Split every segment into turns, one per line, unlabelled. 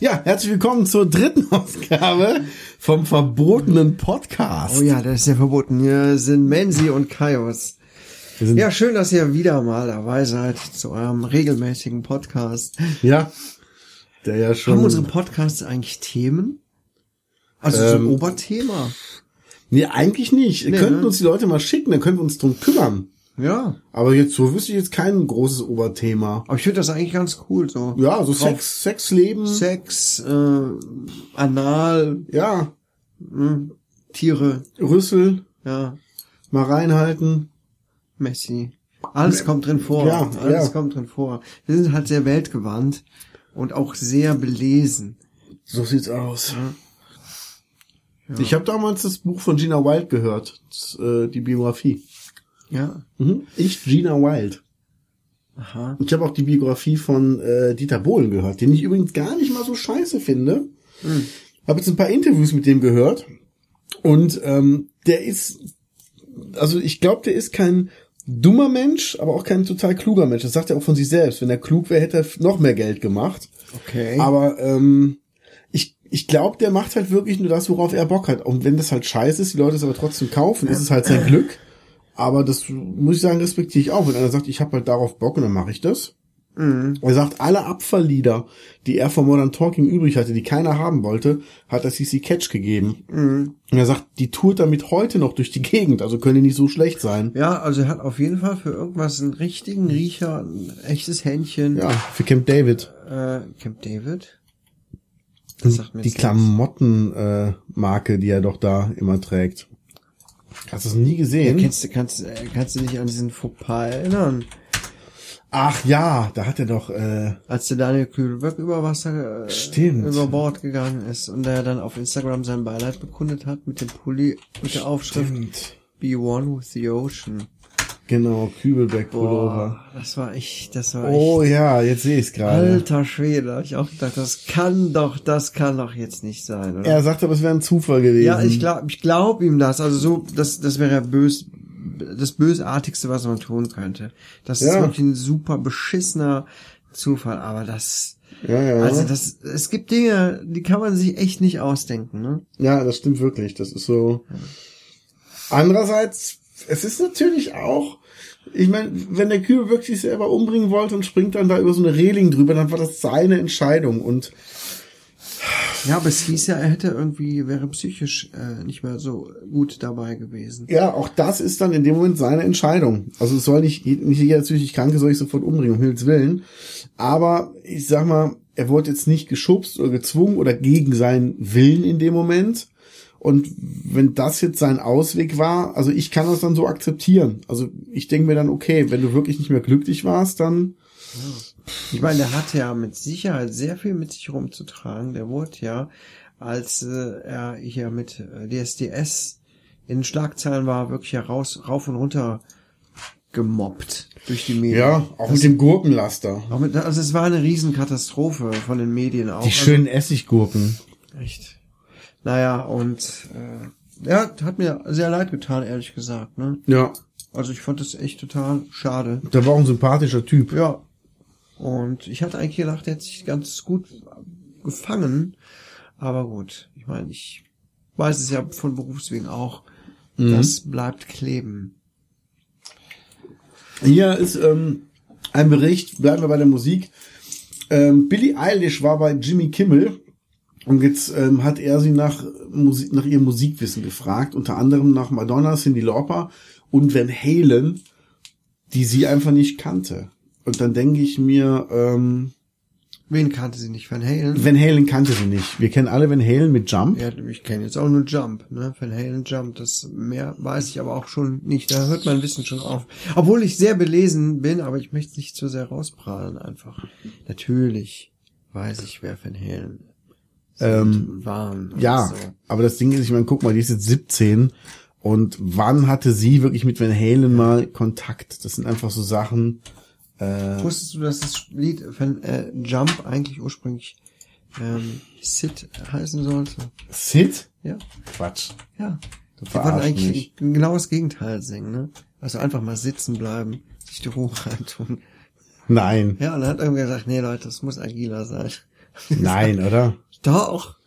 Ja, herzlich willkommen zur dritten Ausgabe vom verbotenen Podcast.
Oh ja, das ist ja verboten. Hier sind Menzi und Kaios. Ja, schön, dass ihr wieder mal dabei seid zu eurem regelmäßigen Podcast.
Ja. Der ja schon.
Haben unsere Podcasts eigentlich Themen? Also so ein
Ähm.
Oberthema.
nee, eigentlich nicht.
Nee,
könnten
ne?
uns die Leute mal schicken, dann können wir uns drum kümmern.
Ja.
Aber jetzt so wüsste ich jetzt kein großes Oberthema.
Aber ich finde das eigentlich ganz cool. So
Ja, so
Drauf-
Sex, Sexleben.
Sex, äh, Anal,
ja.
mh, Tiere,
Rüssel,
ja,
mal reinhalten.
Messi. Alles kommt drin vor.
Ja,
alles
ja.
kommt drin vor. Wir sind halt sehr weltgewandt und auch sehr belesen.
So sieht's aus. Ich habe damals das Buch von Gina Wild gehört, das, äh, die Biografie.
Ja.
Mhm. Ich, Gina Wild.
Aha.
Ich habe auch die Biografie von äh, Dieter Bohlen gehört, den ich übrigens gar nicht mal so scheiße finde. Habe jetzt ein paar Interviews mit dem gehört und ähm, der ist, also ich glaube, der ist kein dummer Mensch, aber auch kein total kluger Mensch. Das sagt er auch von sich selbst. Wenn er klug wäre, hätte er f- noch mehr Geld gemacht.
Okay.
Aber ähm, ich, ich glaube, der macht halt wirklich nur das, worauf er Bock hat. Und wenn das halt scheiße ist, die Leute es aber trotzdem kaufen, ist es halt sein Glück. Aber das muss ich sagen, respektiere ich auch. Wenn einer sagt, ich habe halt darauf Bock und dann mache ich das. Er sagt, alle Abfalllieder, die er von Modern Talking übrig hatte, die keiner haben wollte, hat er CC Catch gegeben. Und er sagt, die tourt damit heute noch durch die Gegend, also können die nicht so schlecht sein.
Ja, also er hat auf jeden Fall für irgendwas einen richtigen Riecher, ein echtes Händchen.
Ja, für Camp David.
Äh, Camp David. Das sagt mir
Die
jetzt
Klamottenmarke, äh, Marke, die er doch da immer trägt. Hast du es nie
nichts.
gesehen?
Kennst du, kannst, äh, kannst du dich an diesen Fauxpas erinnern?
Ach ja, da hat er doch. Äh,
Als der Daniel Kühlberg über Wasser, äh,
Stimmt.
über Bord gegangen ist und er dann auf Instagram sein Beileid bekundet hat mit dem Pulli und der Aufschrift
stimmt.
Be One with the Ocean.
Genau, Kübelbeck-Pullover.
Boah, das war echt, das war
Oh
echt.
ja, jetzt sehe ich es gerade.
Alter Schwede, hab ich auch gedacht, das kann doch, das kann doch jetzt nicht sein, oder?
Er sagt aber, es wäre ein Zufall gewesen.
Ja, ich glaube ich glaub ihm das. Also so, das, das wäre ja bös, das Bösartigste, was man tun könnte. Das ist
Ja.
wirklich ein super beschissener Zufall, aber das,
Ja, ja.
also das, es gibt Dinge, die kann man sich echt nicht ausdenken, ne?
Ja, das stimmt wirklich. Das ist so. Andererseits, es ist natürlich auch, ich meine, wenn der Kühe wirklich selber umbringen wollte und springt dann da über so eine Reling drüber, dann war das seine Entscheidung. Und
Ja, aber es hieß ja, er hätte irgendwie, wäre psychisch äh, nicht mehr so gut dabei gewesen.
ja, auch das ist dann in dem Moment seine Entscheidung. Also es soll nicht, nicht jeder psychisch Kranke soll ich sofort umbringen, um Himmels Willen. Aber ich sag mal, er wurde jetzt nicht geschubst oder gezwungen oder gegen seinen Willen in dem Moment. Und wenn das jetzt sein Ausweg war, also ich kann das dann so akzeptieren. Also ich denke mir dann, okay, wenn du wirklich nicht mehr glücklich warst, dann
Ich meine, der hatte ja mit Sicherheit sehr viel mit sich rumzutragen. Der wurde ja, als äh, er hier mit äh, DSDS in den Schlagzeilen war, wirklich ja raus, rauf und runter gemobbt durch die Medien.
auch mit dem Gurkenlaster.
Auch mit, also es war eine Riesenkatastrophe von den Medien auch.
Die schönen Essiggurken.
Also, echt. Naja, und äh, ja, hat mir sehr leid getan, ehrlich gesagt. Ne?
Ja,
Also ich fand das echt total schade.
da war auch ein sympathischer Typ.
Ja. Und ich hatte eigentlich gedacht, er hat sich ganz gut gefangen. Aber gut, ich meine, ich weiß es ja von Berufswegen auch.
Mhm.
Das bleibt kleben.
Hier ist ähm, ein Bericht, bleiben wir bei der Musik. Ähm, Billie Eilish war bei Jimmy Kimmel und jetzt ähm, hat er sie nach, Musik, nach ihrem Musikwissen gefragt, unter anderem nach Madonna, Cindy Lauper und Van Halen, die sie einfach nicht kannte. Und dann denke ich mir, ähm,
Wen kannte sie nicht? Van Halen?
Van Halen kannte sie nicht. Wir kennen alle Van Halen mit Jump.
ja, ich kenne jetzt auch nur Jump, ne? Van Halen Jump, das mehr weiß ich aber auch schon nicht. Da hört mein Wissen schon auf. Obwohl ich sehr belesen bin, aber ich möchte es nicht zu sehr rausprahlen einfach. Natürlich weiß ich, wer Van Halen sind
Ähm,
und waren. und
Ja,
so.
aber das Ding ist, ich meine, guck mal, die ist jetzt 17. Und wann hatte sie wirklich mit Van Halen mal Kontakt? Das sind einfach so Sachen. Äh,
Wusstest du, dass das Lied von äh, Jump eigentlich ursprünglich ähm, Sid heißen sollte?
Sid?
Ja,
Quatsch.
ja.
Du
Die wollten
verarsch mich.
eigentlich genau das Gegenteil singen, ne? Also einfach mal sitzen bleiben, sich die Ruhe reintun.
Nein,
Ja, und dann hat irgendwer gesagt, nee Leute, das muss agiler sein.
nein, oder?
Doch.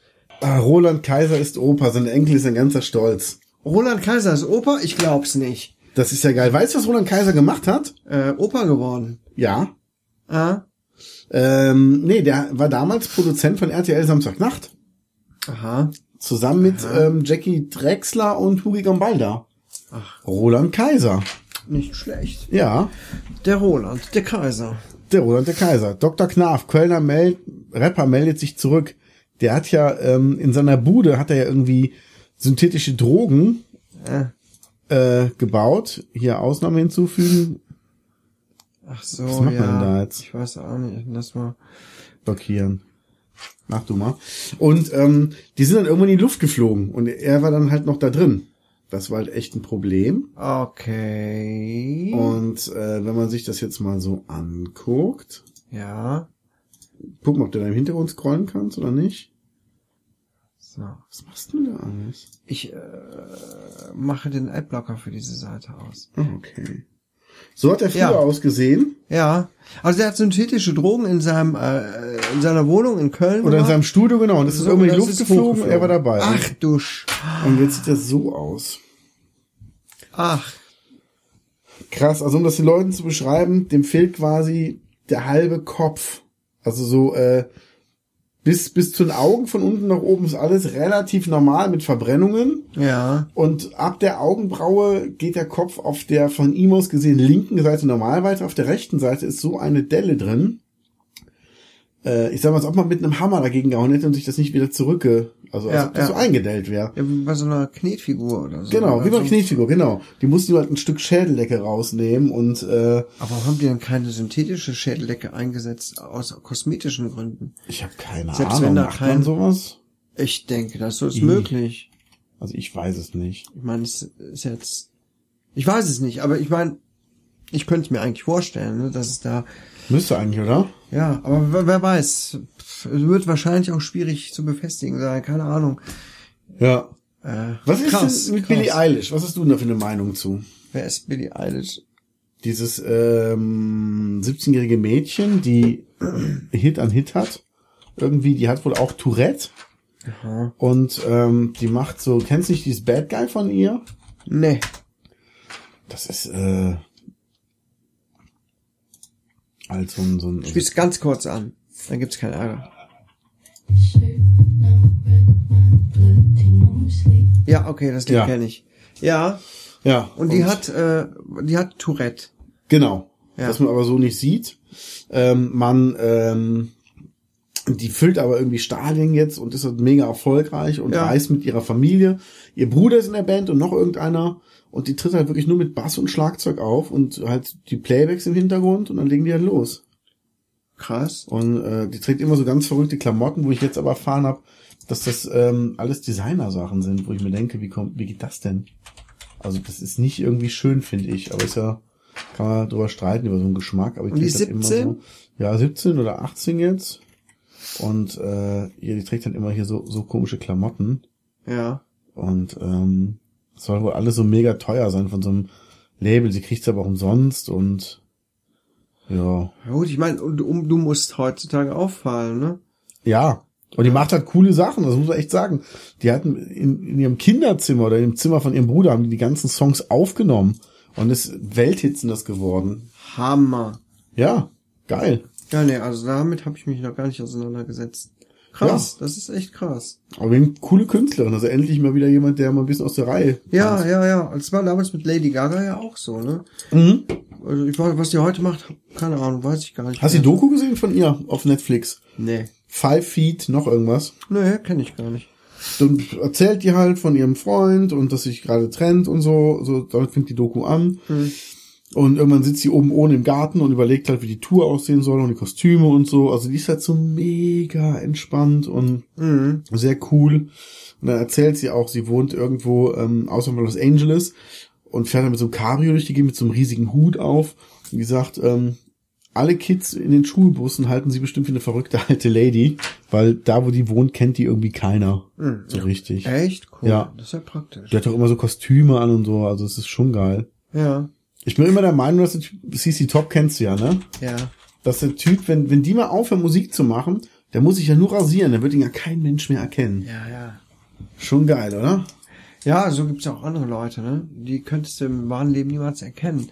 Ah, Roland Kaiser ist Opa, sein Enkel ist ein ganzer Stolz.
Roland Kaiser ist Opa? Ich glaub's nicht.
Das ist ja geil. Weißt du, was Roland Kaiser gemacht hat?
Äh, Opa geworden.
Ja.
Ah?
Ähm, nee, der war damals Produzent von RTL Samstagnacht.
Aha.
Zusammen mit ähm, Jackie Drexler und Hugi Gambalda.
Ach.
Roland Kaiser.
Nicht schlecht.
Ja.
Der Roland, der Kaiser.
Der Roland der Kaiser. Dr. Knaf, Kölner Mel Rapper meldet sich zurück. Der hat ja ähm, in seiner Bude hat er ja irgendwie synthetische Drogen
Äh,
äh, gebaut. Hier Ausnahme hinzufügen,
ach so,
Was macht man
ja.
denn da jetzt?
Ich weiß auch nicht. Lass mal.
blockieren. Mach du mal. Und ähm, die sind dann irgendwann in die Luft geflogen und er war dann halt noch da drin. Das war halt echt ein Problem.
Okay.
Und äh, wenn man sich das jetzt mal so anguckt,
ja.
guck mal, ob du da im Hintergrund scrollen kannst oder nicht.
So.
Was machst du denn da alles?
Ich äh, mache den Adblocker für diese Seite aus.
Ah, Okay. So hat er früher
Ja.
ausgesehen.
Ja. Also der hat synthetische Drogen in seinem äh, in seiner Wohnung in Köln.
Oder in
gemacht.
seinem Studio, genau. Und das ist
So,
irgendwie in die
das
Luft
ist
geflogen und
hochgeflogen.
er war dabei.
Ach du Sch
Und jetzt sieht das so aus.
Ach.
Krass, also um das den Leuten zu beschreiben, dem fehlt quasi der halbe Kopf. Also so äh, bis, bis zu den Augen von unten nach oben ist alles relativ normal mit Verbrennungen.
Ja.
Und ab der Augenbraue geht der Kopf auf der von ihm aus gesehen linken Seite normal weiter. Auf der rechten Seite ist so eine Delle drin. Äh, ich sag mal, als ob man mit einem Hammer dagegen gehauen hätte und sich das nicht wieder zurückge... Also als
Ja,
ob das
ja.
so eingedellt wäre.
Ja, wie Bei so einer Knetfigur oder so.
Genau,
Oder
wie bei
so.
Knetfigur, genau. Die mussten nur halt ein Stück Schädeldecke rausnehmen und äh,
Aber warum haben die dann keine synthetische Schädeldecke eingesetzt aus kosmetischen Gründen?
ich habe keine
Selbst
Ahnung,
wenn da
macht man
kein-
sowas?
Ich denke, das ist
I.
möglich.
Also ich weiß es nicht.
Ich meine, es ist jetzt. Ich weiß es nicht, aber ich meine, ich könnte es mir eigentlich vorstellen, ne, dass es da.
Müsste eigentlich, oder?
Ja, aber wer, wer weiß. Pff, Es wird wahrscheinlich auch schwierig zu befestigen sein, keine Ahnung.
Ja.
Äh,
Was ist
krass,
denn mit
krass.
Billie Eilish? Was hast du denn da für eine Meinung zu?
Wer ist Billie Eilish?
Dieses ähm, 17-jährige Mädchen, die Hit an Hit hat. Irgendwie, die hat wohl auch Tourette.
Aha.
Und ähm, die macht so, kennst du nicht dieses Bad Guy von ihr?
Nee.
Das ist äh, halt so ein, so ein
Spiel's ganz kurz an. Dann gibt's keinen Ärger. Ja, okay, das Lied
Ja.
kenne ich. Ja.
Ja.
Und die hat, äh, die hat Tourette.
Genau.
Ja.
Was man aber so nicht sieht. Ähm, man, ähm, die füllt aber irgendwie Stadien jetzt und ist halt mega erfolgreich und
Ja.
reist mit ihrer Familie. Ihr Bruder ist in der Band und noch irgendeiner. Und die tritt halt wirklich nur mit Bass und Schlagzeug auf und halt die Playbacks im Hintergrund und dann legen die halt los.
Krass.
Und äh, die trägt immer so ganz verrückte Klamotten, wo ich jetzt aber erfahren habe, dass das ähm, alles Designersachen sind, wo ich mir denke, wie kommt, wie geht das denn? Also das ist nicht irgendwie schön, finde ich. Aber ist ja, kann man drüber streiten über so einen Geschmack. Aber ich
Und die
krieg das immer
17?
so. Ja, 17 oder 18 jetzt. Und äh, ja, die trägt dann immer hier so, so komische Klamotten.
Ja.
Und ähm, das soll wohl alles so mega teuer sein von so einem Label. Sie kriegt's aber auch umsonst und ja.
Ja, gut, ich meine, und um, du musst heutzutage auffallen, ne?
Ja. Und die macht halt coole Sachen, das muss man echt sagen. Die hatten in, in ihrem Kinderzimmer oder im Zimmer von ihrem Bruder haben die die ganzen Songs aufgenommen und ist Welthits sind das geworden.
Hammer.
Ja, geil.
Ja, nee, also damit habe ich mich noch gar nicht auseinandergesetzt. Krass, das ist echt krass.
Aber eben coole Künstlerin, also endlich mal wieder jemand, der mal ein bisschen aus der Reihe.
Ja, ja, ja. Das war damals mit Lady Gaga ja auch so, ne?
Mhm.
Also ich weiß, was die heute macht, hab- keine Ahnung, weiß ich gar nicht.
Hast du die
mehr.
Doku gesehen von ihr auf Netflix?
Nee.
Five Feet, noch irgendwas.
Nee, kenne ich gar nicht.
Dann erzählt
Hm,
die halt von ihrem Freund und dass sich gerade trennt und so. So, damit fängt die Doku an. Und irgendwann sitzt sie oben ohne im Garten und überlegt halt, wie die Tour aussehen soll und die Kostüme und so. Also die ist halt so mega entspannt und
Mhm.
sehr cool. Und dann erzählt sie auch, sie wohnt irgendwo ähm, außerhalb von Los Angeles und fährt dann mit so einem Cabrio durch die Gegend mit so einem riesigen Hut auf. Und die sagt, ähm, alle Kids in den Schulbussen halten sie bestimmt für eine verrückte alte Lady, weil da, wo die wohnt, kennt die irgendwie keiner
Mhm.
so richtig.
Echt cool.
Ja.
Das ist ja praktisch.
Die hat auch immer so Kostüme an und so, also es ist schon geil.
Ja.
Ich bin immer der Meinung, dass CC Top kennst du ja, ne?
Ja.
dass der Typ, wenn, wenn die mal aufhören, Musik zu machen, der muss sich ja nur rasieren, dann wird ihn ja kein Mensch mehr erkennen.
Ja, ja.
Schon geil, oder?
Ja, so gibt's auch andere Leute, ne? Die könntest du im wahren Leben niemals erkennen.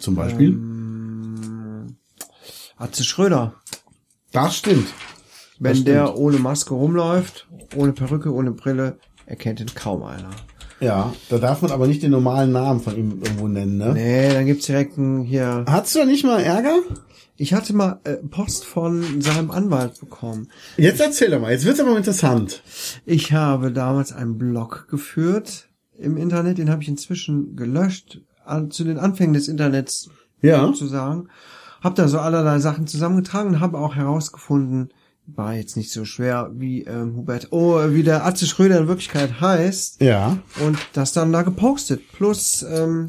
Zum Beispiel.
Ähm, Atze Schröder.
Das stimmt. Das
Wenn
stimmt.
der ohne Maske rumläuft, ohne Perücke, ohne Brille, erkennt ihn kaum einer.
Ja, da darf man aber nicht den normalen Namen von ihm irgendwo nennen, ne?
Nee, dann gibt's direkt einen hier.
Hattest du da nicht mal Ärger?
Ich hatte mal äh, Post von seinem Anwalt bekommen.
Jetzt erzähl doch mal, jetzt wird's aber interessant.
Ich habe damals einen Blog geführt im Internet, den habe ich inzwischen gelöscht, an, zu den Anfängen des Internets
Ja.
sozusagen. Habe da so allerlei Sachen zusammengetragen und habe auch herausgefunden, war jetzt nicht so schwer, wie ähm, Hubert, oh, wie der Atze Schröder in Wirklichkeit heißt.
Ja.
und das dann da gepostet. Plus ähm,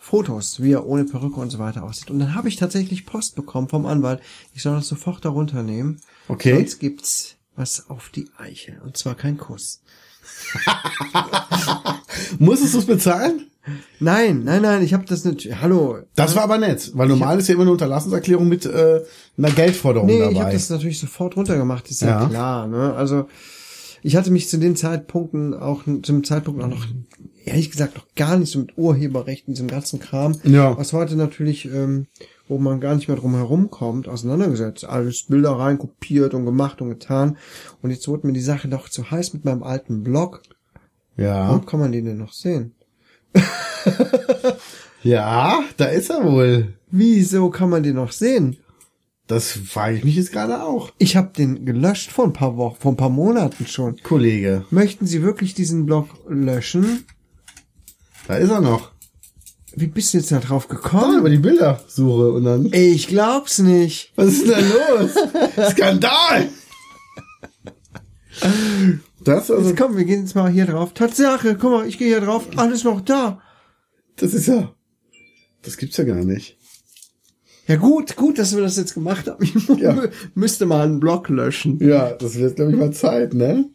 Fotos, wie er ohne Perücke und so weiter aussieht. Und dann habe ich tatsächlich Post bekommen vom Anwalt. Ich soll das sofort darunter nehmen.
Okay.
Sonst gibt's was auf die Eiche. Und zwar kein Kuss.
Musstest du es bezahlen?
Nein, nein, nein, ich habe das nicht. Hallo. Äh,
Das war aber nett, weil normal ist ja immer eine Unterlassenserklärung mit äh, einer Geldforderung
Nee, ich habe
dabei.
das natürlich sofort runtergemacht, ist ja,
Ja.
klar. Ne? Also ich hatte mich zu den Zeitpunkten auch zum Zeitpunkt auch noch ehrlich gesagt noch gar nicht so mit Urheberrechten, diesem ganzen Kram,
Ja.
was heute natürlich, ähm, wo man gar nicht mehr drum herumkommt, auseinandergesetzt. Alles Bilder rein, kopiert und gemacht und getan. Und jetzt wurde mir die Sache doch zu heiß mit meinem alten Blog. Wo
ja.
kann man den denn noch sehen?
Ja, da ist er wohl.
Wieso kann man den noch sehen?
Das frage ich mich jetzt gerade auch.
Ich habe den gelöscht vor ein paar Wochen, vor ein paar Monaten schon.
Kollege,
Möchten Sie wirklich diesen Blog löschen?
da ist er noch.
Wie bist du jetzt da drauf
Ah, über
gekommen?
die Bilder suche und dann.
Ey, ich glaub's nicht.
Was ist denn da los? Skandal! Das, also,
Jetzt komm, wir gehen jetzt mal hier drauf. Tatsache, guck mal, ich gehe hier drauf. Alles noch da.
das ist ja. Das gibt's ja gar nicht.
Ja gut, gut, dass wir das jetzt gemacht haben. Ich
Ja.
müsste mal einen Blog löschen.
Ja, das wird, glaube ich, mal Zeit, ne?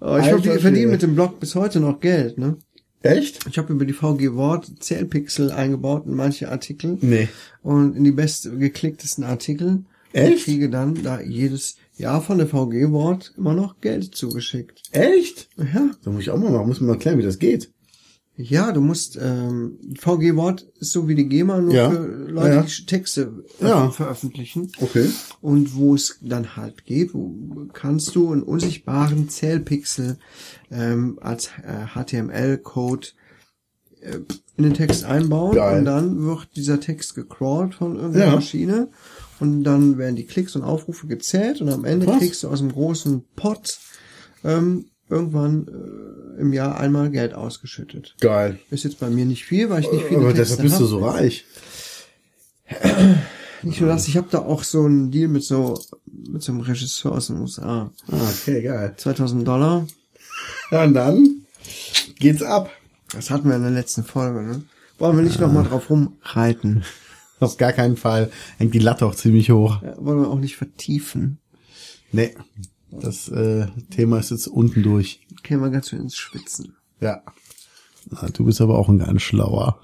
Aber ich
Alter
glaub, die verdienen
Schwede.
mit dem Blog bis heute noch Geld, ne?
Echt?
Ich habe über die VG Wort Zählpixel eingebaut in manche Artikel
Nee.
und in die bestgeklicktesten Artikel.
Echt?
Kriege dann da jedes Jahr von der VG Wort immer noch Geld zugeschickt.
Echt?
Ja.
Da muss ich auch mal machen, muss mir mal erklären, wie das geht.
Ja, du musst ähm, VG Wort ist so wie die GEMA nur
Ja.
für Leute,
Ja.
die Texte
Ja.
ja. veröffentlichen.
Okay.
Und wo es dann halt geht, wo kannst du einen unsichtbaren Zählpixel ähm, als äh, HTML-Code äh, in den Text einbauen
Geil.
und dann wird dieser Text gecrawlt von irgendeiner
Ja.
Maschine und dann werden die Klicks und Aufrufe gezählt und am Ende
Krass.
kriegst du aus dem großen Pot ähm, irgendwann äh, im Jahr einmal Geld ausgeschüttet.
Geil.
Ist jetzt bei mir nicht viel, weil ich nicht viele
Oh, Aber
Texte
deshalb bist du
hab.
so reich.
Nicht nur das, ich habe da auch so einen Deal mit so mit so einem Regisseur aus den USA.
Ah, okay, geil.
2000 Dollar.
Ja, und dann geht's ab.
Das hatten wir in der letzten Folge, ne? Wollen wir nicht nochmal drauf rumreiten.
Auf gar keinen Fall hängt die Latte auch ziemlich hoch.
Ja, wollen wir auch nicht vertiefen.
Nee. Das äh, Thema ist jetzt unten durch.
Kämen wir ganz schön ins Schwitzen.
Ja. Na, du bist aber auch ein ganz schlauer.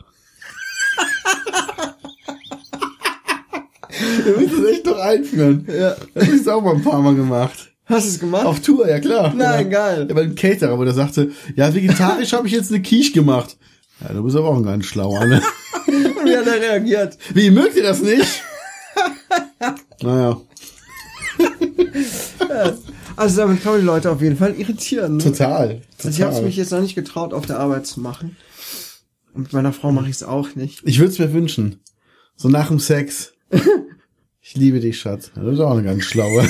du willst es echt doch einführen. Ja. Das ist auch mal ein paar Mal gemacht.
Hast du es gemacht?
Auf Tour, ja klar.
Nein,
ja.
geil.
Ja, beim Caterer, wo der sagte, ja, vegetarisch habe ich jetzt eine Quiche gemacht. Ja, du bist aber auch ein ganz schlauer, ne?
Und wie hat er reagiert?
Wie, mögt ihr das nicht? naja,
Also damit kann man die Leute auf jeden Fall irritieren. Ne?
total. total.
Also ich habe es mich jetzt noch nicht getraut, auf der Arbeit zu machen. Und mit meiner Frau mache ich es auch nicht.
Ich würde es mir wünschen. So nach dem Sex. Ich liebe dich, Schatz. Du bist auch eine ganz schlaue.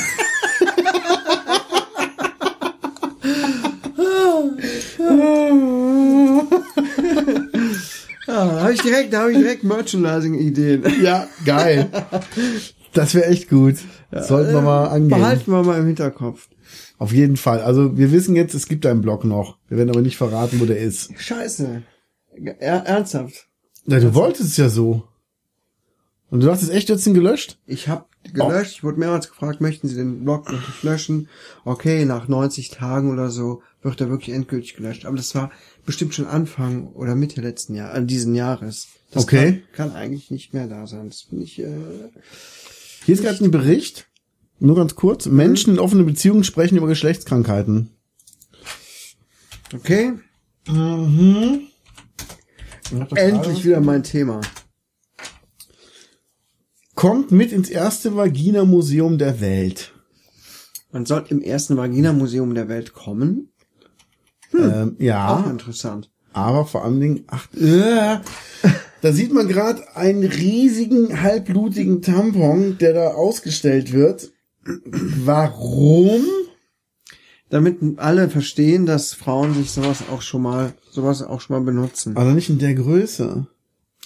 Ja, da habe ich direkt, da habe ich direkt Merchandising-Ideen.
Ja, geil. Das wäre echt gut. Sollten wir mal angehen.
äh, Behalten wir mal im Hinterkopf.
Auf jeden Fall. Also wir wissen jetzt, es gibt einen Blog noch. Wir werden aber nicht verraten, wo der ist.
Scheiße. Er, ernsthaft.
Na, du wolltest es ja so. Und du hast es echt jetzt gelöscht?
Ich habe gelöscht, ich wurde mehrmals gefragt, möchten Sie den Blog wirklich löschen? Okay, nach 90 Tagen oder so wird er wirklich endgültig gelöscht. Aber das war bestimmt schon Anfang oder Mitte letzten Jahr, äh, diesen Jahres. Das
Okay.
Kann, kann eigentlich nicht mehr da sein. Das finde ich. Äh,
Hier ist gerade ein Bericht. Nur ganz kurz. Menschen in offenen Beziehungen sprechen über Geschlechtskrankheiten.
okay. Endlich wieder mein Thema.
Kommt mit ins erste Vagina-Museum der Welt.
Man soll im ersten Vagina-Museum der Welt kommen. Hm.
Ähm,
Auch
ja,
interessant.
aber vor allen Dingen, ach, äh, da sieht man gerade einen riesigen, halblutigen Tampon, der da ausgestellt wird. Warum?
Damit alle verstehen, dass Frauen sich sowas auch schon mal, sowas auch schon mal benutzen.
Aber nicht in der Größe.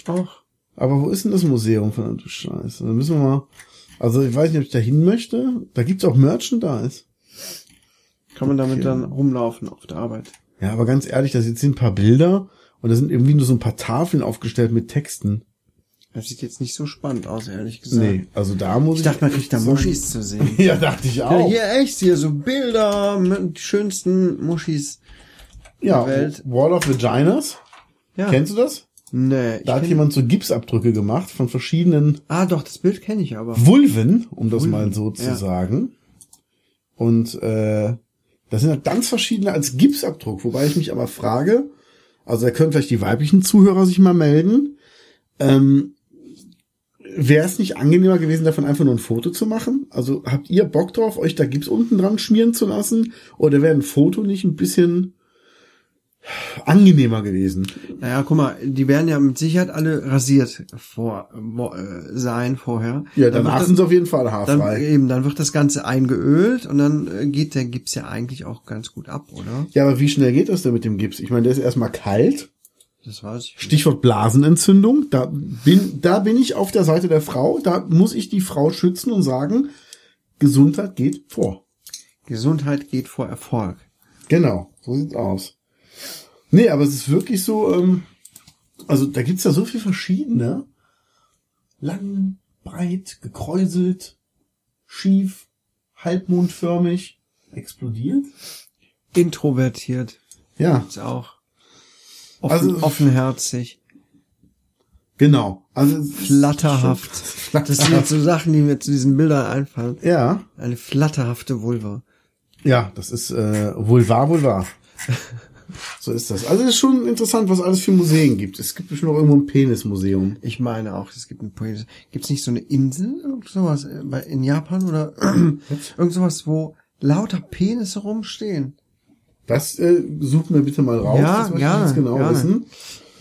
Auch.
Aber wo ist denn das Museum von der Scheiße? Da müssen wir mal. Also ich weiß nicht, ob ich da hin möchte. Da gibt's auch Merchandise.
Kann man damit dann rumlaufen auf der Arbeit.
Ja, aber ganz ehrlich, da sind ein paar Bilder und da sind irgendwie nur so ein paar Tafeln aufgestellt mit Texten.
Das sieht jetzt nicht so spannend aus, ehrlich gesagt.
Nee, also da muss ich.
Ich dachte, man kriegt da
sagen-
Muschis zu sehen.
Ja, dachte ich
Ja,
auch. Ja,
hier echt, hier so Bilder mit die schönsten Muschis. Welt.
Wall of Vaginas.
Ja.
Kennst du das?
Nee. ich
Da hat
kenn-
jemand so Gipsabdrücke gemacht von verschiedenen
ah, doch, das Bild kenne ich aber.
Vulven, um das
Vulven,
mal so zu
ja.
sagen. Und äh, das sind halt ganz verschiedene als Gipsabdruck, wobei ich mich aber frage, also da können vielleicht die weiblichen Zuhörer sich mal melden, ähm, wäre es nicht angenehmer gewesen, davon einfach nur ein Foto zu machen? Also habt ihr Bock drauf, euch da Gips unten dran schmieren zu lassen? Oder wäre ein Foto nicht ein bisschen angenehmer gewesen?
Naja, guck mal, die werden ja mit Sicherheit alle rasiert vor, wo, äh, sein vorher.
Ja,
Dann
danach
wird
sind sie auf jeden Fall
das, dann,
haarfrei.
eben, dann wird das Ganze eingeölt und dann äh, geht der Gips ja eigentlich auch ganz gut ab, oder?
Ja, aber wie schnell geht das denn mit dem Gips? Ich meine, der ist erstmal kalt.
Das weiß ich. nicht.
Stichwort Blasenentzündung. Da bin, da bin ich auf der Seite der Frau. Da muss ich die Frau schützen und sagen, Gesundheit geht vor.
Gesundheit geht vor Erfolg.
Genau, so sieht's aus. Nee, aber es ist wirklich so, ähm, also da gibt's ja so viel verschiedene. Lang, breit, gekräuselt, schief, halbmondförmig, explodiert.
Introvertiert
Ja,
ist auch. Offen,
Also-
offenherzig.
genau. Also es ist
Flatterhaft.
schon-
Das sind jetzt so Sachen, die mir zu diesen Bildern einfallen.
Ja,
Eine flatterhafte Vulva.
Ja, das ist äh, wohl wahr, wohl wahr. So ist das. Also es ist schon interessant, was alles für Museen gibt. Es gibt bestimmt auch irgendwo ein Penismuseum.
Ich meine auch, es gibt ein Poesis. Gibt es nicht so eine Insel, irgend sowas äh, bei- in Japan oder irgend sowas, wo lauter Penisse rumstehen?
Das äh, suchen wir bitte mal raus.
Ja,
das möchte
gerne,
ich jetzt genau
gerne.
wissen.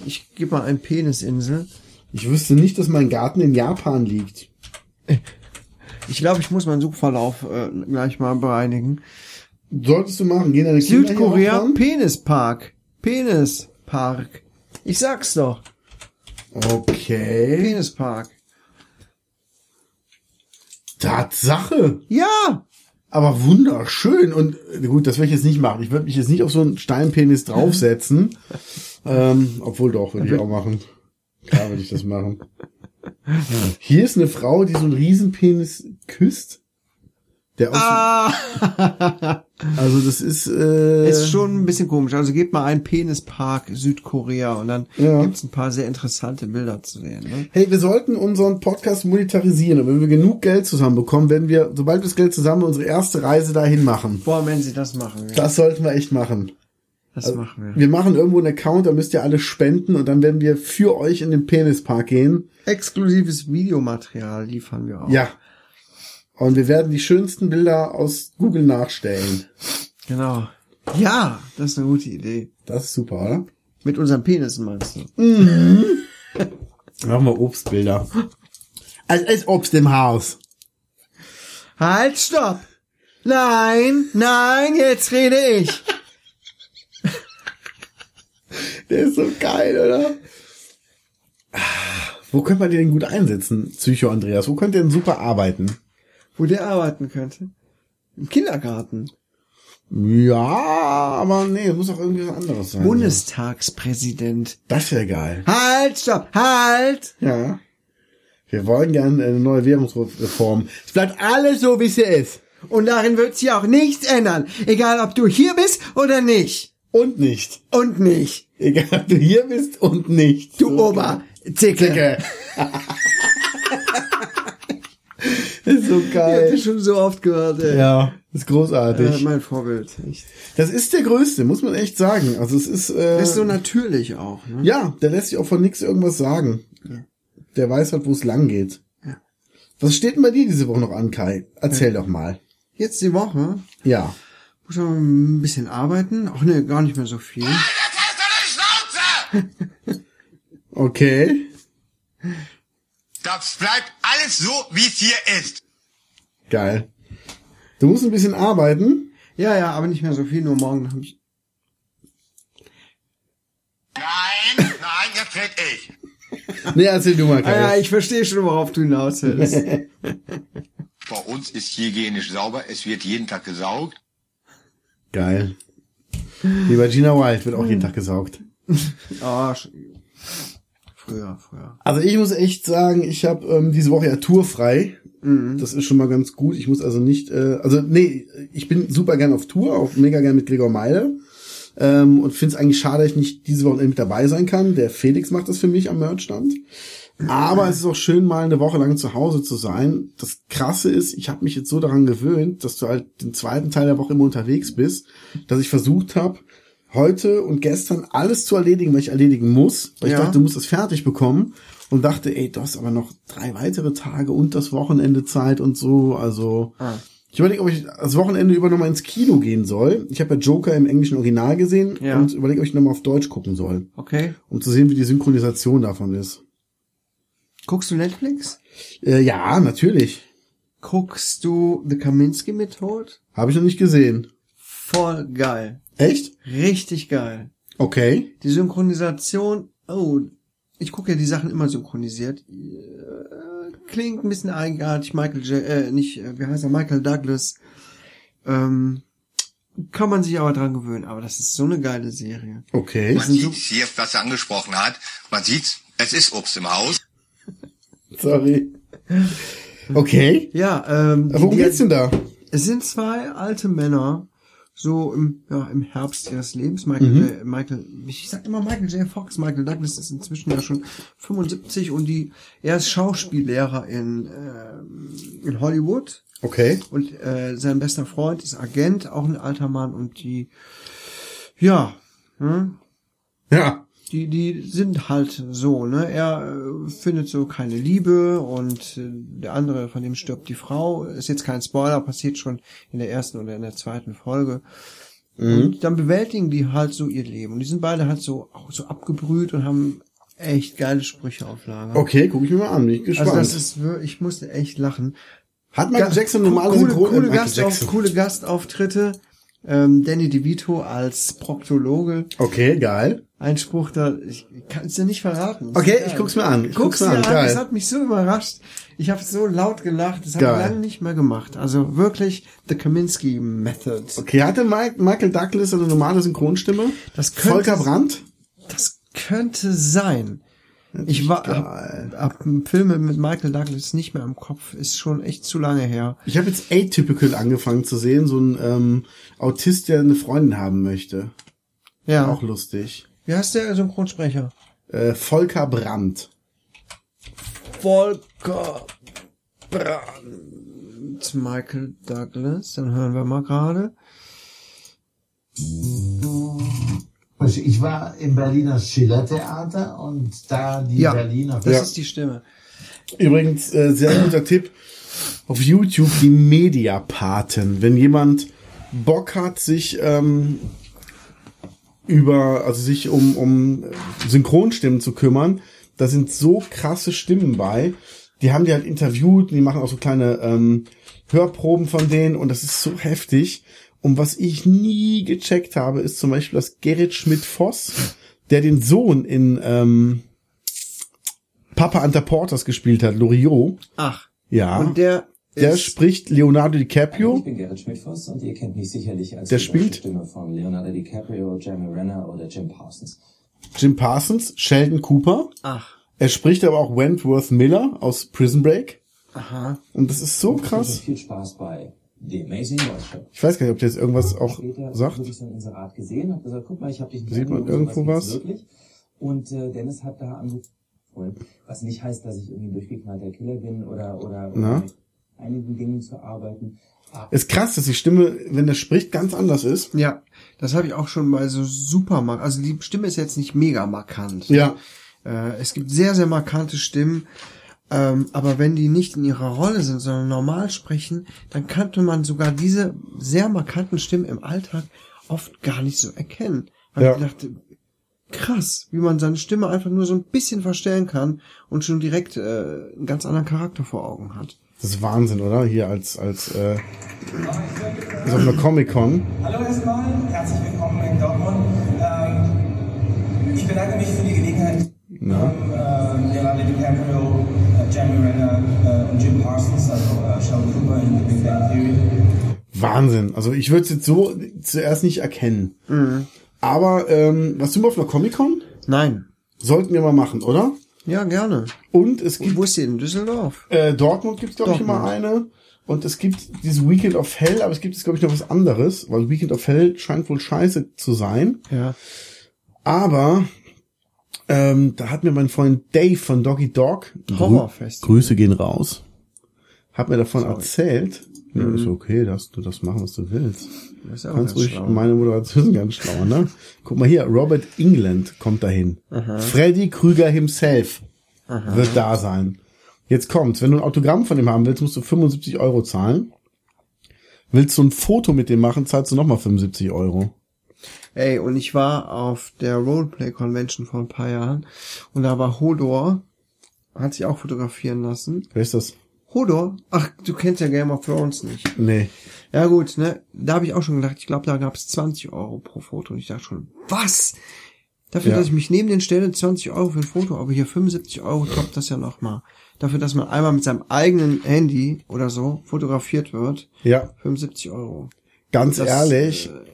Ich gebe mal ein Penisinsel.
Ich wüsste nicht, dass mein Garten in Japan liegt.
Ich glaube, ich muss meinen Suchverlauf äh, gleich mal bereinigen.
Solltest du machen, gehen deine Kinder hier auch
Südkorea,
dran?
Penispark. Penispark. Ich sag's doch.
Okay.
Penispark.
Tatsache.
Ja!
Aber wunderschön. Und äh, gut, das werde ich jetzt nicht machen. Ich würde mich jetzt nicht auf so einen Steinpenis draufsetzen. ähm, obwohl doch, würde ich auch machen. Klar würde ich das machen. Hier ist eine Frau, die so einen Riesenpenis küsst. Der auch
Ah!
also das ist, äh,
Ist schon ein bisschen komisch. Also gebt mal ein Penispark Südkorea und dann
Ja.
gibt's ein paar sehr interessante Bilder zu sehen. Ne?
Hey, wir sollten unseren Podcast monetarisieren. Und wenn wir genug Geld zusammenbekommen, werden wir, sobald wir das Geld zusammen, unsere erste Reise dahin machen.
Boah, wenn sie das machen. Ja.
Das sollten wir echt machen.
Das machen wir.
Wir machen irgendwo einen Account, da müsst ihr alle spenden und dann werden wir für euch in den Penispark gehen.
Exklusives Videomaterial liefern wir auch.
Ja. Und wir werden die schönsten Bilder aus Google nachstellen.
Genau. Ja, das ist eine gute Idee.
Das ist super, oder?
Mit unseren Penissen meinst du?
Machen wir Obstbilder. Als ist Obst im Haus.
Halt, stopp! Nein, nein, jetzt rede ich.
Der ist so geil, oder? Wo könnte man den denn gut einsetzen, Psycho Andreas? Wo könnte der denn super arbeiten?
Wo der arbeiten könnte? Im Kindergarten.
Ja, aber nee, muss auch irgendwie was anderes
Also.
sein.
Bundestagspräsident.
Das wäre geil.
Halt, stopp, halt!
Ja. Wir wollen gerne eine neue Währungsreform. Es bleibt alles so, wie es hier ist.
Und darin wird sich auch nichts ändern. Egal, ob du hier bist oder nicht.
Und nicht.
Und nicht.
Egal, ob du hier bist und nicht.
Du Oberzicke.
Dicke. ist so
Ich hab
geil.
das schon so oft gehört, ey.
Ja, ist
Äh,
großartig.
mein Vorbild. Echt.
Das ist der größte, muss man echt sagen. Also es ist. Äh,
Das Ist so natürlich auch, ne?
Ja, der lässt sich auch von nix irgendwas sagen. Der weiß halt, wo es lang geht.
Ja.
Was steht denn bei dir diese Woche noch an, Kai? Erzähl doch mal.
Jetzt die Woche
Ja.
muss ich noch ein bisschen arbeiten. Ach ne, gar nicht mehr so viel.
Okay.
Das bleibt alles so, wie es hier ist.
Geil. Du musst ein bisschen arbeiten.
Ja, ja, aber nicht mehr so viel. Nur morgen habe ich.
Nein, nein, jetzt red ich.
Nee, erzähl du mal,
Ah,
Kai.
ja, ich verstehe schon, worauf du hinaus willst.
Bei uns ist hygienisch sauber, es wird jeden Tag gesaugt.
Geil. Wie bei Gina Wild wird auch jeden Tag gesaugt.
Ah, sch- früher, früher.
Also ich muss echt sagen, ich habe ähm, diese Woche ja tourfrei.
Mhm.
Das ist schon mal ganz gut. Ich muss also nicht, äh, also nee, ich bin super gern auf Tour, auch mega gern mit Gregor Meile. Ähm, und finde es eigentlich schade, dass ich nicht diese Woche mit dabei sein kann. Der Felix macht das für mich am Merchstand. Aber es ist auch schön, mal eine Woche lang zu Hause zu sein. Das Krasse ist, ich habe mich jetzt so daran gewöhnt, dass du halt den zweiten Teil der Woche immer unterwegs bist, dass ich versucht habe, heute und gestern alles zu erledigen, was ich erledigen muss. Weil ich
Ja.
dachte, du musst das fertig bekommen. Und dachte, ey, du hast aber noch drei weitere Tage und das Wochenende Zeit und so. Also
Ah.
ich überlege, ob ich das Wochenende über nochmal ins Kino gehen soll. Ich habe ja Joker im englischen Original gesehen
Ja.
und überlege, ob ich nochmal auf Deutsch gucken soll,
Okay.
um zu sehen, wie die Synchronisation davon ist.
Guckst du Netflix?
Äh, ja, natürlich.
Guckst du The Kaminsky Methode?
Habe ich noch nicht gesehen.
Voll geil.
Echt?
Richtig geil.
Okay.
Die Synchronisation, oh, ich gucke ja die Sachen immer synchronisiert. Äh, Klingt ein bisschen eigenartig, Michael J., äh, nicht, äh, wie heißt er, Michael Douglas. Ähm, kann man sich aber dran gewöhnen, aber das ist so eine geile Serie.
Okay.
Man sieht hier, was er angesprochen hat. Man sieht's, es ist Obst im Haus.
Sorry. Okay.
Ja, ähm,
Aber worum
die-
geht's denn da?
Es sind zwei alte Männer, so im, ja, im Herbst ihres Lebens. Michael, J., Michael, ich sag immer Michael J. Fox, Michael Douglas ist inzwischen ja schon 75 und die, er ist Schauspiellehrer in, ähm, in Hollywood
Okay.
und äh, sein bester Freund ist Agent, auch ein alter Mann und die, ja, hm,
Ja.
die, die sind halt so, ne? Er äh, findet so keine Liebe und äh, der andere, von dem stirbt die Frau. Ist jetzt kein Spoiler, passiert schon in der ersten oder in der zweiten Folge.
Mhm.
Und dann bewältigen die halt so ihr Leben. Und die sind beide halt so, auch so abgebrüht und haben echt geile Sprüche auf Lager.
Okay, guck ich mir mal an. Bin ich gespannt.
Also das ist wirklich, ich musste echt lachen.
Hat Michael
Ga-
Jackson normale
coole,
Synchron-
coole,
äh, Michael
Gastauf,
Jackson.
coole Gastauftritte. Ähm, Danny DeVito als Proktologe.
okay, geil.
Ein Spruch da, ich kann es dir nicht verraten. Ist
Okay,
egal.
ich guck's mir an. Ich
Guck's dir an,
Geil.
das hat mich so überrascht. Ich habe so laut gelacht, das habe ich
Geil.
lange nicht mehr gemacht. Also wirklich The Kaminsky Method.
Okay, hatte Mike, Michael Douglas eine normale Synchronstimme?
Das könnte-
Volker Brandt?
Das könnte sein. Ich war
geil.
ab, ab Filme mit Michael Douglas nicht mehr im Kopf, ist schon echt zu lange her.
Ich habe jetzt Atypical angefangen zu sehen, so ein ähm, Autist, der eine Freundin haben möchte.
Ja.
Auch lustig.
Wie heißt der Synchronsprecher?
Äh, Volker Brandt.
Volker Brandt. Michael Douglas, dann hören wir mal gerade.
Also ich war im Berliner Schillertheater und da die
Ja,
Berliner
das
Ja.
ist die Stimme.
Übrigens, äh, sehr guter Tipp auf YouTube, die Mediapaten. Wenn jemand Bock hat, sich ähm, über, also sich um, um Synchronstimmen zu kümmern, da sind so krasse Stimmen bei. Die haben die halt interviewt, und die machen auch so kleine ähm, Hörproben von denen und das ist so heftig. Und was ich nie gecheckt habe, ist zum Beispiel, dass Gerrit Schmidt-Voss, der den Sohn in ähm, Papa Anta Porters gespielt hat, Loriot.
Ach.
Ja.
Und der,
der
ist-
spricht Leonardo
Ich
DiCaprio.
bin Gerrit Schmidt-Voss und ihr kennt mich sicherlich als
Der
die
spielt-
deutsche Stimme von Leonardo DiCaprio, Jeremy Renner oder Jim Parsons.
Jim Parsons, Sheldon Cooper.
Ach.
Er spricht aber auch Wentworth Miller aus Prison Break.
Aha.
Und das ist so
Ich wünsche euch
krass.
viel Spaß bei The Amazing Voice Show.
Ich weiß gar nicht, ob der jetzt irgendwas auch
Später
sagt.
habe ich so ein Inserat gesehen, habe gesagt, guck mal, ich habe dich nicht
Sieht man
angerufen,
irgendwo
sowas
was?
gibt's Wirklich. Und äh, Dennis hat da angerufen, was nicht heißt, dass ich irgendwie ein durchgeknallter Killer bin oder, oder,
Na?
oder mit einigen Dingen zu arbeiten. Aber
Ist krass, dass die Stimme, wenn er spricht, ganz anders ist.
Ja. Das habe ich auch schon mal so super markant. Also die Stimme ist jetzt nicht mega markant.
Ja.
Äh, es gibt sehr, sehr markante Stimmen. Ähm, aber wenn die nicht in ihrer Rolle sind, sondern normal sprechen, dann könnte man sogar diese sehr markanten Stimmen im Alltag oft gar nicht so erkennen. Weil
Ja.
ich dachte, krass, wie man seine Stimme einfach nur so ein bisschen verstellen kann und schon direkt äh, einen ganz anderen Charakter vor Augen hat.
Das ist Wahnsinn, oder? Hier als, als, äh, ist auf einer Comic-Con.
Hallo erstmal, herzlich willkommen in Dortmund. Ähm, ich bedanke mich für die Gelegenheit,
Na?
ähm, äh, Leonardo DiCaprio, äh, Jeremy Renner äh, und Jim Parsons, also äh, Sheldon Cooper in The Big Bang Theory.
Wahnsinn. Also ich würde es jetzt so zuerst nicht erkennen. Aber, ähm, was sind wir auf einer Comic-Con?
Nein.
Sollten wir mal machen, oder?
Ja, gerne.
Und es gibt
Wo ist sie in Düsseldorf?
Äh, Dortmund gibt's glaub ich,
Dortmund.
immer eine. Und es gibt dieses Weekend of Hell, aber es gibt jetzt, glaube ich, noch was anderes, weil Weekend of Hell scheint wohl scheiße zu sein.
Ja.
Aber ähm, da hat mir mein Freund Dave von Doggy Dog
Horrorfest.
Grüße gehen raus. Hat mir davon erzählt. Ja, ist okay, dass du das machen, was du willst.
Mhm. Das ist auch
Ganz
ganz
ruhig,
schlau.
meine Moderation sind ganz schlau, ne? Guck mal hier, Robert England kommt dahin. Freddy Krüger himself wird da sein. Jetzt kommt's. Wenn du ein Autogramm von ihm haben willst, musst du 75 Euro zahlen. Willst du ein Foto mit dem machen, zahlst du nochmal 75 Euro.
Ey, und ich war auf der Roleplay Convention vor ein paar Jahren und da war Hodor, hat sich auch fotografieren lassen.
Wer ist das?
Hodor? Ach, du kennst ja Game of Thrones nicht.
Nee.
Ja gut, ne? Da habe ich auch schon gedacht, ich glaube, da gab es 20 Euro pro Foto und ich dachte schon, was? Dafür,
Ja.
dass ich mich neben den stelle, 20 Euro für ein Foto, aber hier 75 Euro toppt das ja nochmal. Dafür, dass man einmal mit seinem eigenen Handy oder so fotografiert wird,
Ja,
75 Euro.
ganz
Das,
ehrlich.
äh,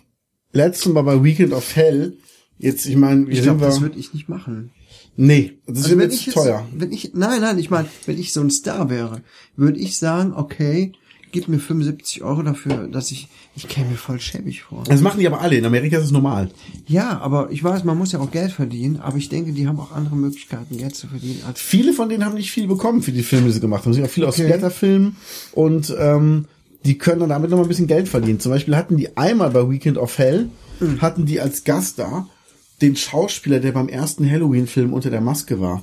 Letztes Mal bei Weekend of Hell, jetzt, ich meine, wie
ich
sind
glaube,
wir?
das würde ich nicht machen.
nee, das ist
Also
mir
wenn
jetzt
ich jetzt,
teuer.
wenn ich, nein, nein, ich meine, wenn ich so ein Star wäre, würde ich sagen, okay, gib mir 75 Euro dafür, dass ich, ich käme mir voll schäbig vor.
Das machen die aber alle. In Amerika ist es normal.
Ja, aber ich weiß, man muss ja auch Geld verdienen, aber ich denke, die haben auch andere Möglichkeiten, Geld zu verdienen als,
viele von denen haben nicht viel bekommen für die Filme, die sie gemacht haben. Sie sind auch viel aus
Okay.
Splatterfilmen und ähm, die können dann damit nochmal ein bisschen Geld verdienen. Zum Beispiel hatten die einmal bei Weekend of Hell,
Hm.
hatten die als Gast da den Schauspieler, der beim ersten Halloween-Film unter der Maske war,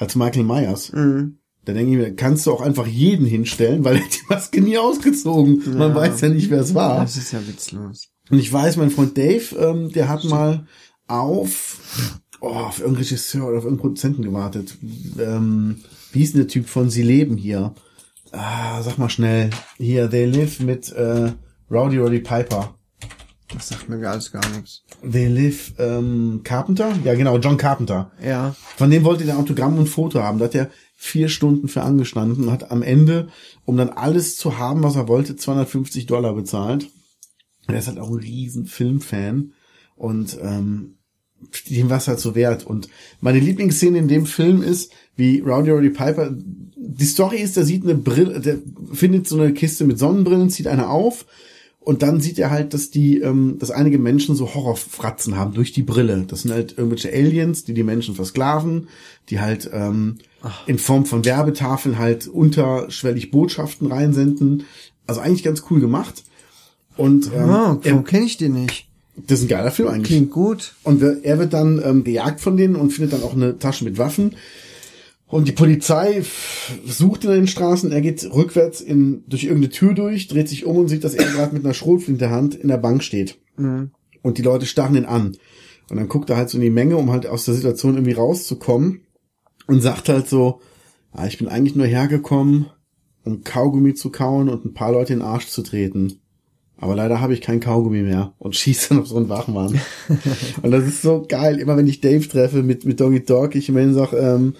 als Michael Myers. Da denke ich mir, kannst du auch einfach jeden hinstellen, weil er hat die Maske nie ausgezogen. Man weiß ja nicht, wer es war.
das ist ja witzlos.
Und ich weiß, mein Freund Dave, ähm, der hat mal auf, oh, auf irgendeinen Regisseur oder auf irgendeinen Produzenten gewartet. Ähm, wie hieß denn der Typ von Sie leben hier? Ah, sag mal schnell. Hier, They Live mit äh, Rowdy Roddy Piper.
Das sagt mir alles gar nichts.
They Live ähm, Carpenter? Ja, genau, John Carpenter.
Ja.
Von dem wollte er ein Autogramm und ein Foto haben. Da hat er vier Stunden für angestanden und hat am Ende, um dann alles zu haben, was er wollte, 250 Dollar bezahlt. Er ist halt auch ein riesen Filmfan und ähm, dem war es halt so wert. Und meine Lieblingsszene in dem Film ist, wie Rowdy Roddy Piper, die Story ist, der sieht eine Brille, der findet so eine Kiste mit Sonnenbrillen, zieht eine auf und dann sieht er halt, dass die, ähm, dass einige Menschen so Horrorfratzen haben durch die Brille. Das sind halt irgendwelche Aliens, die die Menschen versklaven, die halt ähm, in Form von Werbetafeln halt unterschwellig Botschaften reinsenden. Also eigentlich ganz cool gemacht. Und ähm,
Ah, warum
er,
kenne ich den nicht?
das ist ein geiler Film eigentlich.
Klingt gut.
Und wir- er wird dann ähm, gejagt von denen und findet dann auch eine Tasche mit Waffen. Und die Polizei f- sucht ihn in den Straßen. Er geht rückwärts in, durch irgendeine Tür durch, dreht sich um und sieht, dass er gerade mit einer Schrotflinte in der Hand in der Bank steht. Und die Leute starren ihn an. Und dann guckt er halt so in die Menge, um halt aus der Situation irgendwie rauszukommen. Und sagt halt so, ah, ich bin eigentlich nur hergekommen, um Kaugummi zu kauen und ein paar Leute in den Arsch zu treten. Aber leider habe ich kein Kaugummi mehr und schießt dann auf so einen Wachmann. und das ist so geil. Immer wenn ich Dave treffe mit, mit Doggy Dog, ich immer sag, ähm,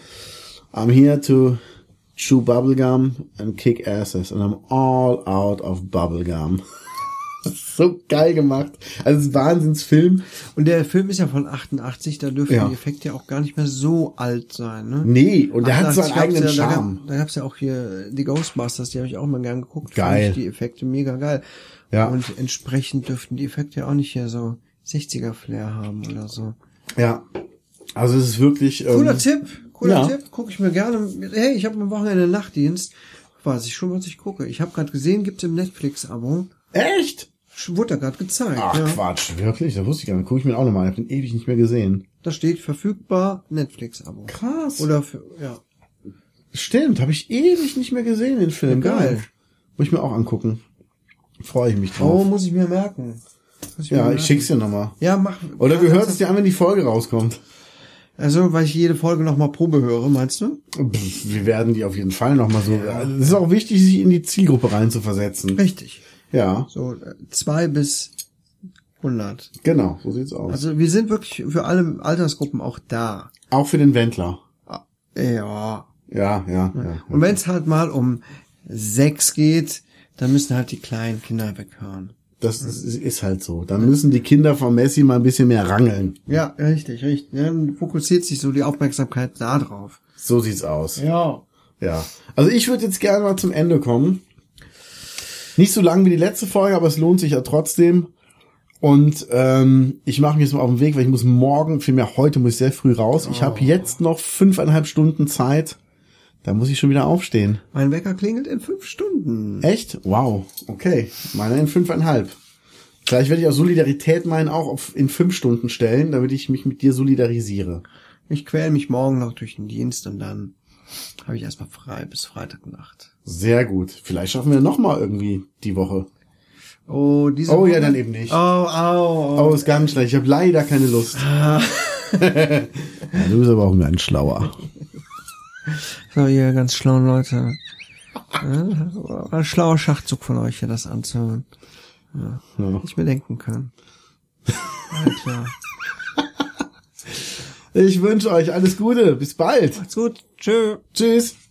I'm here to chew bubblegum and kick asses and I'm all out of bubblegum. Das ist so geil gemacht. Also es ist ein Wahnsinnsfilm.
Und der Film ist ja von 88, da dürfen
Ja.
die Effekte ja auch gar nicht mehr so alt sein, ne?
Nee, und der hat
88
seinen eigenen
gab's ja,
Charme.
Da, gab- da gab's ja auch hier äh, die Ghostbusters, die habe ich auch immer gern geguckt.
Geil.
Fand ich die Effekte mega geil.
Ja.
Und entsprechend dürften die Effekte ja auch nicht hier so 60er-Flair haben oder so.
Ja. Also es ist wirklich.
Cooler
ähm,
Tipp, cooler
ja.
Tipp, gucke ich mir gerne. Hey, ich habe am Wochenende Nachtdienst. Weiß ich schon, was ich gucke. Ich habe gerade gesehen, gibt's im Netflix-Abo.
Echt?
Wurde da gerade gezeigt.
Ach
ja.
Quatsch, wirklich, das wusste ich gar nicht. Guck ich mir auch nochmal an. Ich hab den ewig nicht mehr gesehen.
Da steht verfügbar Netflix-Abo.
Krass.
Oder für, ja.
Stimmt, habe ich ewig nicht mehr gesehen, den Film.
Ja, geil.
Geil. Muss ich mir auch angucken. Freue ich mich
Oh,
drauf.
muss ich mir merken. Muss mir
ja,
merken.
ich schick's dir nochmal.
Ja, mach.
Oder wir
mach
hören
das-
es dir an, wenn die Folge rauskommt.
Also, weil ich jede Folge nochmal Probe höre, meinst du?
Pff, wir werden die auf jeden Fall nochmal so. Also, Es ist auch wichtig, sich in die Zielgruppe reinzuversetzen.
Richtig.
Ja,
So, äh, zwei bis 100.
genau, so sieht's aus.
Also, wir sind wirklich für alle Altersgruppen auch da.
auch für den Wendler.
Ja.
Ja, ja, ja.
Und wenn es halt mal um sechs geht, dann müssen halt die kleinen Kinder weghören.
Das ist, ist halt so. Dann müssen die Kinder von Messi mal ein bisschen mehr rangeln.
Ja, richtig, richtig. Dann fokussiert sich so die Aufmerksamkeit da drauf.
So sieht's aus.
Ja.
Ja. Also ich würde jetzt gerne mal zum Ende kommen. Nicht so lang wie die letzte Folge, aber es lohnt sich ja trotzdem. Und ähm, ich mache mich jetzt mal auf den Weg, weil ich muss morgen, vielmehr heute muss ich sehr früh raus. Ich habe jetzt noch fünfeinhalb Stunden Zeit. Da muss ich schon wieder aufstehen.
Mein Wecker klingelt in fünf Stunden.
Echt? Wow. Okay. Meiner in fünfeinhalb. Vielleicht werde ich aus Solidarität meinen auch auf, in fünf Stunden stellen, damit ich mich mit dir solidarisiere.
Ich quäle mich morgen noch durch den Dienst und dann habe ich erstmal frei bis Freitagnacht.
Sehr gut. Vielleicht schaffen wir noch mal irgendwie die Woche.
Oh, diese
Oh,
Woche-
ja, dann eben nicht.
Oh, au, au.
Oh, ist ganz schlecht. Ich habe leider keine Lust. ja, du bist aber auch ein ganz schlauer.
So, ihr ganz schlauen Leute. Ja, war ein schlauer Schachzug von euch, hier das anzuhören. Ja,
Ja.
Hätte Ich mir denken können. Ja, klar.
Ich wünsche euch alles Gute. Bis bald.
Macht's gut. Tschö.
Tschüss.